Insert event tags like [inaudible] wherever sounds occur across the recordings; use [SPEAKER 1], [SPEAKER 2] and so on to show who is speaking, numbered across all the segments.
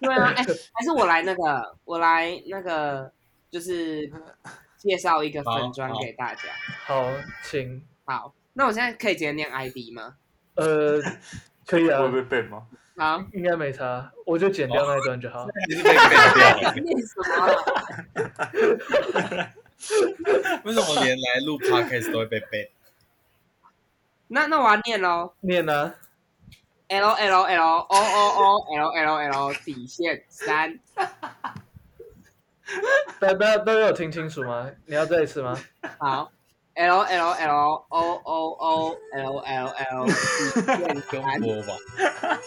[SPEAKER 1] 对 [laughs] 啊，哎、还是我来那个，我来那个，就是介绍一个粉砖
[SPEAKER 2] 好好
[SPEAKER 1] 给大家。
[SPEAKER 3] 好，请
[SPEAKER 1] 好，那我现在可以直接念 ID 吗？
[SPEAKER 2] [laughs]
[SPEAKER 3] 呃，可以啊
[SPEAKER 4] 会，被背吗？
[SPEAKER 1] 好，
[SPEAKER 3] 应该没差，我就剪掉那一段就好。
[SPEAKER 2] 你是被废
[SPEAKER 1] [laughs]
[SPEAKER 2] 掉了。
[SPEAKER 1] 念什么啊？
[SPEAKER 2] 为什么连来录 podcast 都会被背？
[SPEAKER 1] 那那我要念喽。
[SPEAKER 3] 念呢、啊？
[SPEAKER 1] L L L O O O L L L 底线三，
[SPEAKER 3] 大大大家有听清楚吗？你要再一次
[SPEAKER 2] [laughs]
[SPEAKER 3] 吗？
[SPEAKER 1] 好，L L L O O O L L [laughs] L 底线
[SPEAKER 2] 跟
[SPEAKER 1] 三，
[SPEAKER 2] 播吧。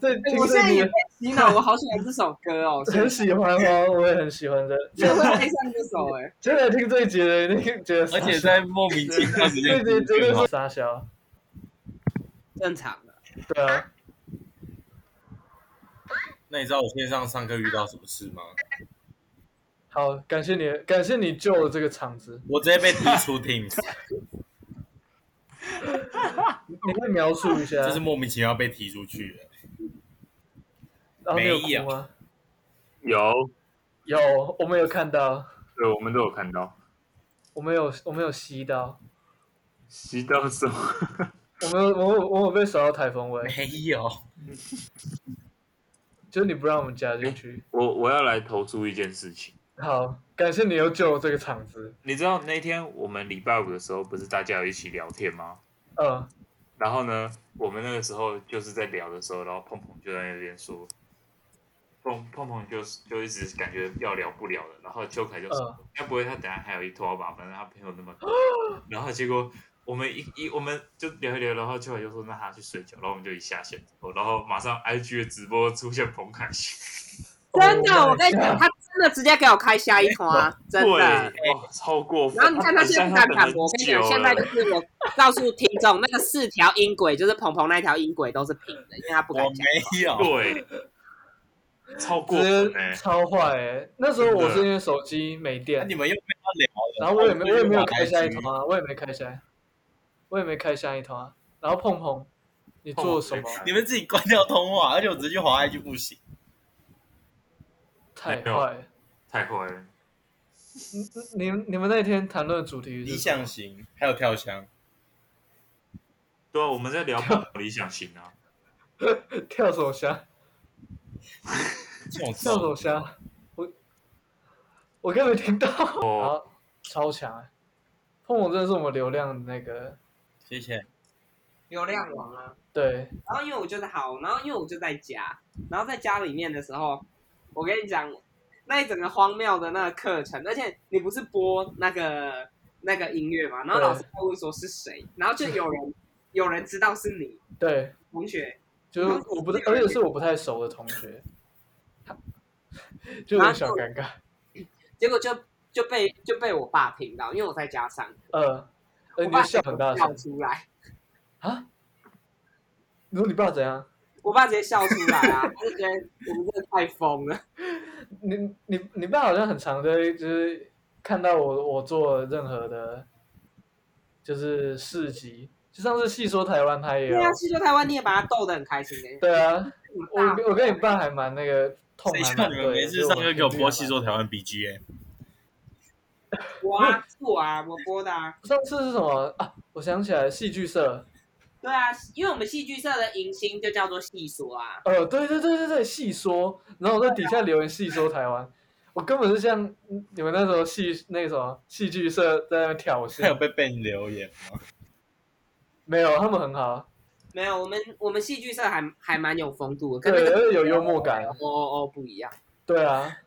[SPEAKER 3] 这听
[SPEAKER 1] 哎我现
[SPEAKER 3] 着
[SPEAKER 1] 在也被
[SPEAKER 3] 你
[SPEAKER 1] 洗脑，我好喜欢这首歌哦，
[SPEAKER 3] 很喜欢吗？我也很喜欢的。
[SPEAKER 1] [laughs] 真的会爱上这首哎、
[SPEAKER 3] 现在听这一节的，你觉得傻
[SPEAKER 2] 而且
[SPEAKER 3] 笑 [laughs]
[SPEAKER 2] 在莫名其妙直接
[SPEAKER 3] 这一节绝 [laughs] 对是傻笑，
[SPEAKER 1] 正常的。
[SPEAKER 3] 对啊。
[SPEAKER 2] 那你知道我线上上课遇到什么事吗？
[SPEAKER 3] 好，感谢你，感谢你救了这个场子。
[SPEAKER 2] 我直接被踢
[SPEAKER 3] [laughs]
[SPEAKER 2] 出 Teams，
[SPEAKER 3] 你可以描述一下，
[SPEAKER 2] 就是莫名其妙被踢出去了。
[SPEAKER 3] 然后你
[SPEAKER 2] 没有
[SPEAKER 3] 哭吗？
[SPEAKER 4] 有，
[SPEAKER 3] 有，我们有看到，
[SPEAKER 4] 对，我们都有看到。
[SPEAKER 3] 我们有，我们有吸到，
[SPEAKER 4] 吸到什么？
[SPEAKER 3] 我们有，我有我有被甩到台风尾，
[SPEAKER 2] 没有，
[SPEAKER 3] 就是你不让我们加进去。
[SPEAKER 4] [laughs] 我我要来投诉一件事情。
[SPEAKER 3] 好，感谢你又救了这个场子。
[SPEAKER 4] 你知道那天我们礼拜五的时候，不是大家有一起聊天吗？
[SPEAKER 3] 嗯，
[SPEAKER 4] 然后呢，我们那个时候就是在聊的时候，然后碰碰就在那边说，碰碰碰就是就一直感觉要聊不了了，然后邱凯就说
[SPEAKER 3] 嗯，
[SPEAKER 4] 该、不会他等下还有一拖吧？反正他朋友那么
[SPEAKER 1] [laughs]
[SPEAKER 4] 多。然后结果我们一一我们就聊一聊，然后邱凯就说那他去睡觉，然后我们就一下线，然后马上 IG 的直播出现彭凯勋，
[SPEAKER 1] 真的，
[SPEAKER 3] Oh my
[SPEAKER 1] 哦我跟啊你讲，他真的直接给我开下一通啊，真
[SPEAKER 4] 对，
[SPEAKER 1] 的。
[SPEAKER 4] 哇，超过分。
[SPEAKER 1] 然后你看他现在不敢
[SPEAKER 4] 等
[SPEAKER 1] 反
[SPEAKER 4] 很
[SPEAKER 1] 驳，我跟你讲，
[SPEAKER 4] 久
[SPEAKER 1] 现在
[SPEAKER 4] 了
[SPEAKER 1] 就是我告诉听众，那个四条音轨就是鹏鹏那条音轨都是平的，因为他不
[SPEAKER 2] 我
[SPEAKER 1] 敢讲。
[SPEAKER 2] 没有。
[SPEAKER 4] 对，超过
[SPEAKER 3] 直
[SPEAKER 4] 分
[SPEAKER 3] 接
[SPEAKER 4] 哎、
[SPEAKER 3] 超坏哎、那时候我
[SPEAKER 4] 真的
[SPEAKER 3] 是因为手机没
[SPEAKER 2] 那
[SPEAKER 3] 电，
[SPEAKER 2] 你们又被他聊了，
[SPEAKER 3] 然后我也没我也没有开下一
[SPEAKER 2] 通
[SPEAKER 3] 通，啊，我也没开下，我也没开下一通啊。然后碰碰，你做了什么？
[SPEAKER 2] 你们自己关掉通话，而且我直接滑下去不行。
[SPEAKER 3] 太
[SPEAKER 4] 没有
[SPEAKER 3] 坏了！
[SPEAKER 4] 太坏了。
[SPEAKER 3] 你你你们那天谈论的主题
[SPEAKER 2] 理
[SPEAKER 3] 是什么
[SPEAKER 2] 想型还有跳箱，
[SPEAKER 4] 对啊，我们在聊不同理想型啊。
[SPEAKER 3] 跳手箱。
[SPEAKER 2] 这种
[SPEAKER 3] 跳手箱，我我根本没听到，
[SPEAKER 4] 哦，
[SPEAKER 3] 好超强、欸！碰碰真的是我们流量的那个，
[SPEAKER 2] 谢谢。
[SPEAKER 1] 流量王啊，
[SPEAKER 3] 对，
[SPEAKER 1] 然后因为我就是好，然后因为我就在家，然后在家里面的时候，我跟你讲那一整个荒谬的那个课程，而且你不是播那个那个音乐嘛，然后
[SPEAKER 3] 对
[SPEAKER 1] 老师会问说是谁，然后就有人有人知道是你
[SPEAKER 3] 对，
[SPEAKER 1] 同学，
[SPEAKER 3] 就是我不，而且是我不太熟的同学， [laughs] 就有
[SPEAKER 1] 啊
[SPEAKER 3] 点小尴尬。
[SPEAKER 1] 结果就就被就被我爸听到，因为我在家上，
[SPEAKER 3] 呃，呃，
[SPEAKER 1] 我
[SPEAKER 3] 你
[SPEAKER 1] 爸
[SPEAKER 3] 就笑很大
[SPEAKER 1] 笑
[SPEAKER 3] 声
[SPEAKER 1] 出来，
[SPEAKER 3] 啊？你说你爸怎样？
[SPEAKER 1] 我爸直接笑出来啊，他就觉得我们真的太疯了，
[SPEAKER 3] 你你你爸好像很常在就是看到我我做任何的，就是市集，就上次细说台湾他也有
[SPEAKER 1] 对，啊，去说台湾你也把他逗得很开心的，
[SPEAKER 3] 对啊，
[SPEAKER 1] 很
[SPEAKER 3] 我
[SPEAKER 1] 大
[SPEAKER 3] 我跟你爸还蛮那个痛
[SPEAKER 2] 谁
[SPEAKER 3] 还
[SPEAKER 2] 叫
[SPEAKER 3] 蛮
[SPEAKER 2] 你们
[SPEAKER 3] 对
[SPEAKER 2] 没
[SPEAKER 3] 的，
[SPEAKER 2] 事上课给我播戏
[SPEAKER 3] 说。
[SPEAKER 2] 说台湾 BGM？
[SPEAKER 1] 我啊，是我啊，我播的啊。
[SPEAKER 3] 上次是什么啊？我想起来，戏剧社。
[SPEAKER 1] 对啊，因为我们戏剧社的迎新就叫做戏说啊，
[SPEAKER 3] 呃，对对对对对，戏说。然后我在底下留言戏说台湾，我根本是像你们那时候戏那个什么戏剧社在那边挑
[SPEAKER 2] 他有
[SPEAKER 3] 衅，
[SPEAKER 2] 被被你留言吗？
[SPEAKER 3] 没有，他们很好，
[SPEAKER 1] 哎没有我们我们戏剧社还还蛮有风度的，
[SPEAKER 3] [laughs] 对
[SPEAKER 1] 跟那，
[SPEAKER 3] 而
[SPEAKER 1] 个
[SPEAKER 3] 且有幽默感啊
[SPEAKER 1] 哦，哦哦不一样。
[SPEAKER 3] 对啊，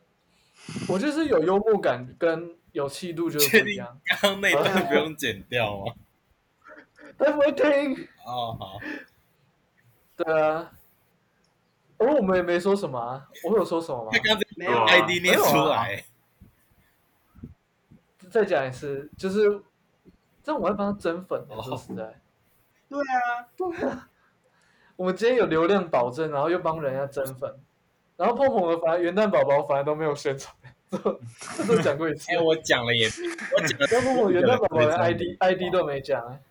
[SPEAKER 3] 我就是有幽默感跟有气度就是不一样，
[SPEAKER 2] 刚刚那段不用剪掉吗？
[SPEAKER 3] [laughs] 他不会听，
[SPEAKER 2] 哦，好，
[SPEAKER 3] 对啊，而我们也没说什么、啊，我有说什么吗
[SPEAKER 2] 他？刚才
[SPEAKER 1] 没
[SPEAKER 4] 有
[SPEAKER 1] 有
[SPEAKER 4] 啊
[SPEAKER 1] 啊，
[SPEAKER 2] ID 念出来，
[SPEAKER 3] 再讲一次，就是，这我会帮他增粉的，
[SPEAKER 2] 哦
[SPEAKER 3] 说实在。
[SPEAKER 1] 对啊，
[SPEAKER 3] 我们今天有流量保证，然后又帮人家增粉，然后碰碰的反而元旦宝宝反而都没有宣传，这都讲过一次
[SPEAKER 2] [laughs] 哎、。我讲了也，我讲了
[SPEAKER 3] 要不我元旦宝宝连
[SPEAKER 2] 讲了
[SPEAKER 3] ID
[SPEAKER 2] [laughs]
[SPEAKER 3] ID 都没讲哎，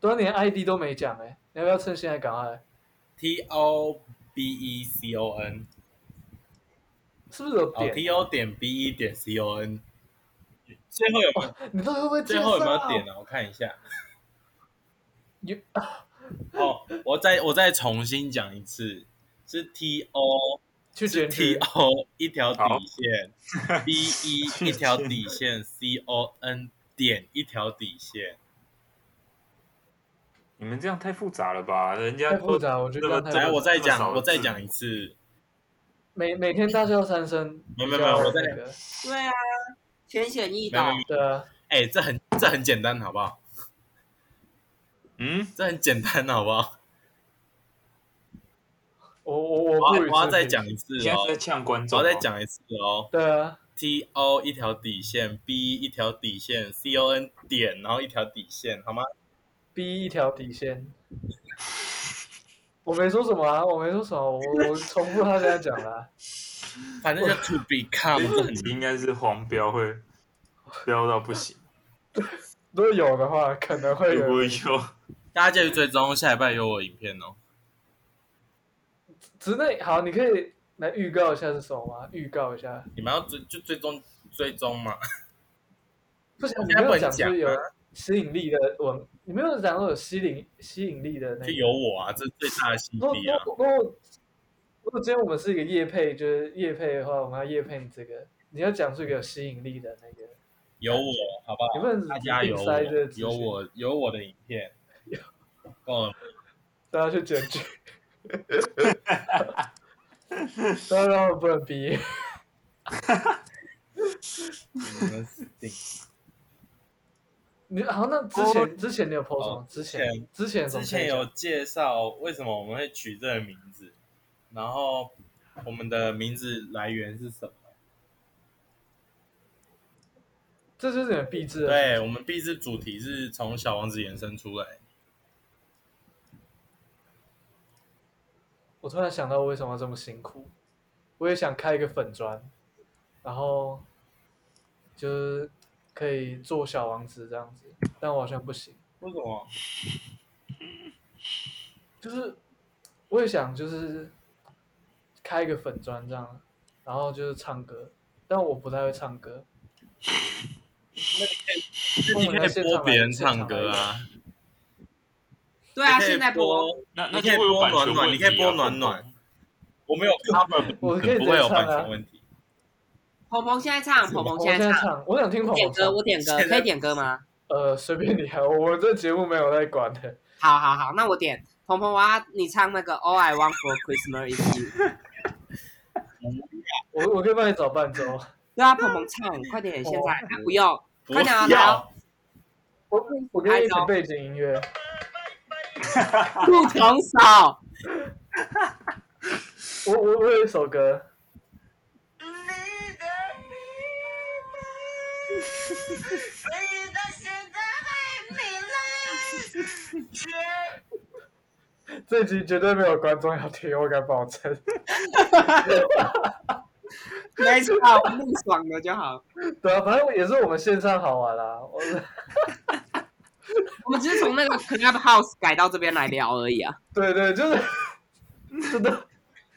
[SPEAKER 3] 对啊，连 ID 都没讲哎，你要不要趁现在赶快？
[SPEAKER 2] T O B E C O N，
[SPEAKER 3] 是不是有
[SPEAKER 2] 哦
[SPEAKER 3] 点？
[SPEAKER 2] ，T O 点 B E 点 C O N，最后有没有
[SPEAKER 3] 你到底会不会啊介
[SPEAKER 2] 最
[SPEAKER 3] 绍
[SPEAKER 2] 后有没有点啊呢、我看一下。
[SPEAKER 3] 有
[SPEAKER 2] 哦，我再我再重新讲一次，是 T O
[SPEAKER 3] 去检
[SPEAKER 2] T 啊
[SPEAKER 3] 举？
[SPEAKER 2] O 一条底线，B [laughs] E 一条底线，C O N 点一条底线。
[SPEAKER 4] 你们这样太复杂了吧？人家
[SPEAKER 3] 太复
[SPEAKER 4] 都
[SPEAKER 3] 杂，我觉得
[SPEAKER 4] 那么
[SPEAKER 3] 这样
[SPEAKER 2] 来，
[SPEAKER 3] 太复
[SPEAKER 2] 我
[SPEAKER 3] 杂
[SPEAKER 2] 再
[SPEAKER 4] 这么少
[SPEAKER 2] 讲，
[SPEAKER 4] 的
[SPEAKER 2] 我再
[SPEAKER 4] 字
[SPEAKER 2] 讲一次。
[SPEAKER 3] 每每天大笑三声，
[SPEAKER 2] 没有没有没有我在
[SPEAKER 3] 那个
[SPEAKER 1] 对啊，浅显易
[SPEAKER 2] 没有
[SPEAKER 1] 懂
[SPEAKER 2] 没。有
[SPEAKER 3] 对啊，
[SPEAKER 2] 哎、这很这很简单，好不好？
[SPEAKER 4] 嗯，
[SPEAKER 2] 这很简单，好不好？
[SPEAKER 3] 我我我
[SPEAKER 2] 我
[SPEAKER 3] 不
[SPEAKER 2] 要
[SPEAKER 3] 予
[SPEAKER 2] 我要
[SPEAKER 3] 置
[SPEAKER 2] 再
[SPEAKER 3] 评
[SPEAKER 2] 讲一次
[SPEAKER 4] 你现在是在
[SPEAKER 2] 哦，
[SPEAKER 4] 呛观
[SPEAKER 2] 我
[SPEAKER 4] 众、
[SPEAKER 2] 要
[SPEAKER 4] 哦，
[SPEAKER 2] 再讲一次哦。
[SPEAKER 3] 对啊，
[SPEAKER 2] T O 一条底线，B 一条底线，C O N 点，然后一条底线，好吗？
[SPEAKER 3] 逼一条底
[SPEAKER 2] [laughs]
[SPEAKER 3] 线。我没说什么啊，我没说什么，我我重复他现在讲的、啊。
[SPEAKER 2] 反正就 to become
[SPEAKER 3] [laughs]
[SPEAKER 2] 这很
[SPEAKER 4] 应该是黄标会标到不行，
[SPEAKER 3] 如果有的话，可能会
[SPEAKER 4] 如
[SPEAKER 3] 有
[SPEAKER 4] 果有 [laughs]
[SPEAKER 2] 大家记得追踪下礼拜有我影片哦。
[SPEAKER 3] 之内。好，你可以来预告一下是什么吗？预告一下。
[SPEAKER 2] 你们要追就追踪追踪嘛，
[SPEAKER 3] 不行，我们
[SPEAKER 2] 现在
[SPEAKER 3] 没
[SPEAKER 2] 不
[SPEAKER 3] 有
[SPEAKER 2] 能
[SPEAKER 3] 讲
[SPEAKER 2] 讲
[SPEAKER 3] 是有
[SPEAKER 2] 啊
[SPEAKER 3] 吸引力的文，你没有讲说有吸引吸引力的那
[SPEAKER 2] 就
[SPEAKER 3] 个。
[SPEAKER 2] 有我啊，这是最大的
[SPEAKER 3] 如
[SPEAKER 2] 吸引
[SPEAKER 3] 果
[SPEAKER 2] 力啊。
[SPEAKER 3] 如果如果如果今天我们是一个业配，就是业配的话，我们要业配你这个，你要讲出一个有吸引力的那个，
[SPEAKER 2] 有我，好不
[SPEAKER 3] 你
[SPEAKER 2] 好？
[SPEAKER 3] 不能
[SPEAKER 2] 大家有
[SPEAKER 3] 硬
[SPEAKER 2] 我
[SPEAKER 3] 塞这个，资
[SPEAKER 2] 有
[SPEAKER 3] 讯，
[SPEAKER 2] 我，有我的影
[SPEAKER 3] [laughs]
[SPEAKER 2] 片，够了。
[SPEAKER 3] 大家去检举，大家让我不能毕业。
[SPEAKER 2] 你们死定
[SPEAKER 3] 你好，那之前之前你有 PO 什么？之前之前有什么
[SPEAKER 2] 哦之前
[SPEAKER 3] 可以
[SPEAKER 2] 有
[SPEAKER 3] 讲
[SPEAKER 2] 介绍为什么我们会取这个名字，然后我们的名字来源是什么？
[SPEAKER 3] 这就是你们必制的
[SPEAKER 2] 对我们毕制主题是从小王子延伸出来。
[SPEAKER 3] 我突然想到，为什么要这么辛苦？我也想开一个粉砖，然后就是可以做小王子这样子，但我好像不行。
[SPEAKER 2] 为什么？
[SPEAKER 3] 就是我也想就是开一个粉砖这样，然后就是唱歌，但我不太会唱歌。那
[SPEAKER 2] 你可以播别人唱歌！啊，
[SPEAKER 1] 对啊，
[SPEAKER 2] 你可以
[SPEAKER 1] 现在播，
[SPEAKER 4] 那
[SPEAKER 2] 你
[SPEAKER 4] 那
[SPEAKER 2] 可以
[SPEAKER 4] 就会有
[SPEAKER 2] 播
[SPEAKER 4] 版
[SPEAKER 2] 暖
[SPEAKER 4] 权啊
[SPEAKER 2] 暖，你可以播暖暖。我没有 cover，
[SPEAKER 3] 我可以直
[SPEAKER 2] 不
[SPEAKER 3] 接
[SPEAKER 2] 会有
[SPEAKER 3] 唱
[SPEAKER 2] 版
[SPEAKER 3] 啊
[SPEAKER 2] 权问题。
[SPEAKER 1] 鹏鹏现在唱，鹏
[SPEAKER 3] 我
[SPEAKER 1] 鹏
[SPEAKER 3] 现
[SPEAKER 1] 现
[SPEAKER 3] 在
[SPEAKER 1] 在唱，
[SPEAKER 3] 唱，我想听
[SPEAKER 1] 我
[SPEAKER 3] 跑
[SPEAKER 1] 点
[SPEAKER 3] 跑
[SPEAKER 1] 歌，
[SPEAKER 3] 唱。
[SPEAKER 1] 我点歌，
[SPEAKER 2] 现在
[SPEAKER 1] 可以点歌吗？
[SPEAKER 3] 呃，随便你啊，我这节目没有在管的。
[SPEAKER 1] 好好好，那我点鹏鹏，我要你唱那个 All I Want for Christmas is You。
[SPEAKER 3] 我我可以帮你找伴奏。
[SPEAKER 1] 对啊，鹏鹏唱，快点，现在、啊、不用，
[SPEAKER 2] 不
[SPEAKER 1] 快点啊
[SPEAKER 2] 要，
[SPEAKER 3] 我我给你一点背景音乐。
[SPEAKER 1] 不重手。
[SPEAKER 3] 我我我有一首歌，
[SPEAKER 5] 所以到现在还没来。
[SPEAKER 3] 这集绝对没有观众要听，我敢保证。 [laughs]
[SPEAKER 1] 没错，我们录爽了就好。
[SPEAKER 3] 对啊，反正也是我们线上好玩啦、我是
[SPEAKER 1] 我们只是从那个 Clubhouse 改到这边来聊而已啊，
[SPEAKER 3] 对对，就是 [laughs] 真的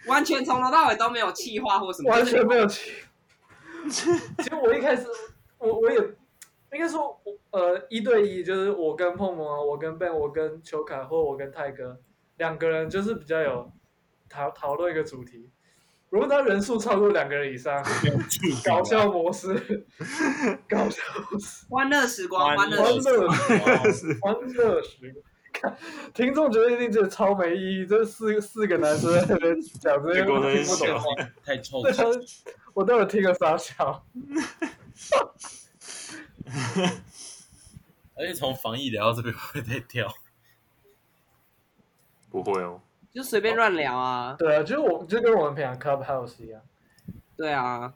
[SPEAKER 1] 完全从头到尾都没有气话或什么。
[SPEAKER 3] 完全没有去。其实我一开始，我我也应该说，我呃，一对一就是我跟碰碰啊，我跟 Ben，我跟球凯或我跟泰哥两个人，就是比较有讨讨论一个主题。如果他人数超过两个人以
[SPEAKER 4] [laughs]
[SPEAKER 3] 上，搞笑模式，搞笑模式，
[SPEAKER 1] 欢乐时光，欢
[SPEAKER 2] 欢
[SPEAKER 1] 乐
[SPEAKER 3] 欢
[SPEAKER 1] 时
[SPEAKER 2] 乐
[SPEAKER 1] 光。
[SPEAKER 3] 乐
[SPEAKER 2] 时
[SPEAKER 3] 欢乐时光。看听众觉得一定觉得超没意义，这四四个男生在那边讲这些
[SPEAKER 4] 结果
[SPEAKER 3] 听
[SPEAKER 4] 很
[SPEAKER 3] 不懂的
[SPEAKER 4] 小
[SPEAKER 3] 话。
[SPEAKER 2] 光太臭
[SPEAKER 3] 对
[SPEAKER 2] 了。
[SPEAKER 3] 他，我都有听个傻笑。
[SPEAKER 2] 而且从防疫聊到这边会再跳。
[SPEAKER 4] 不会哦。
[SPEAKER 1] 就随便乱聊啊。
[SPEAKER 3] 对啊，就是我就跟我们平常 Clubhouse 一样，
[SPEAKER 1] 对啊，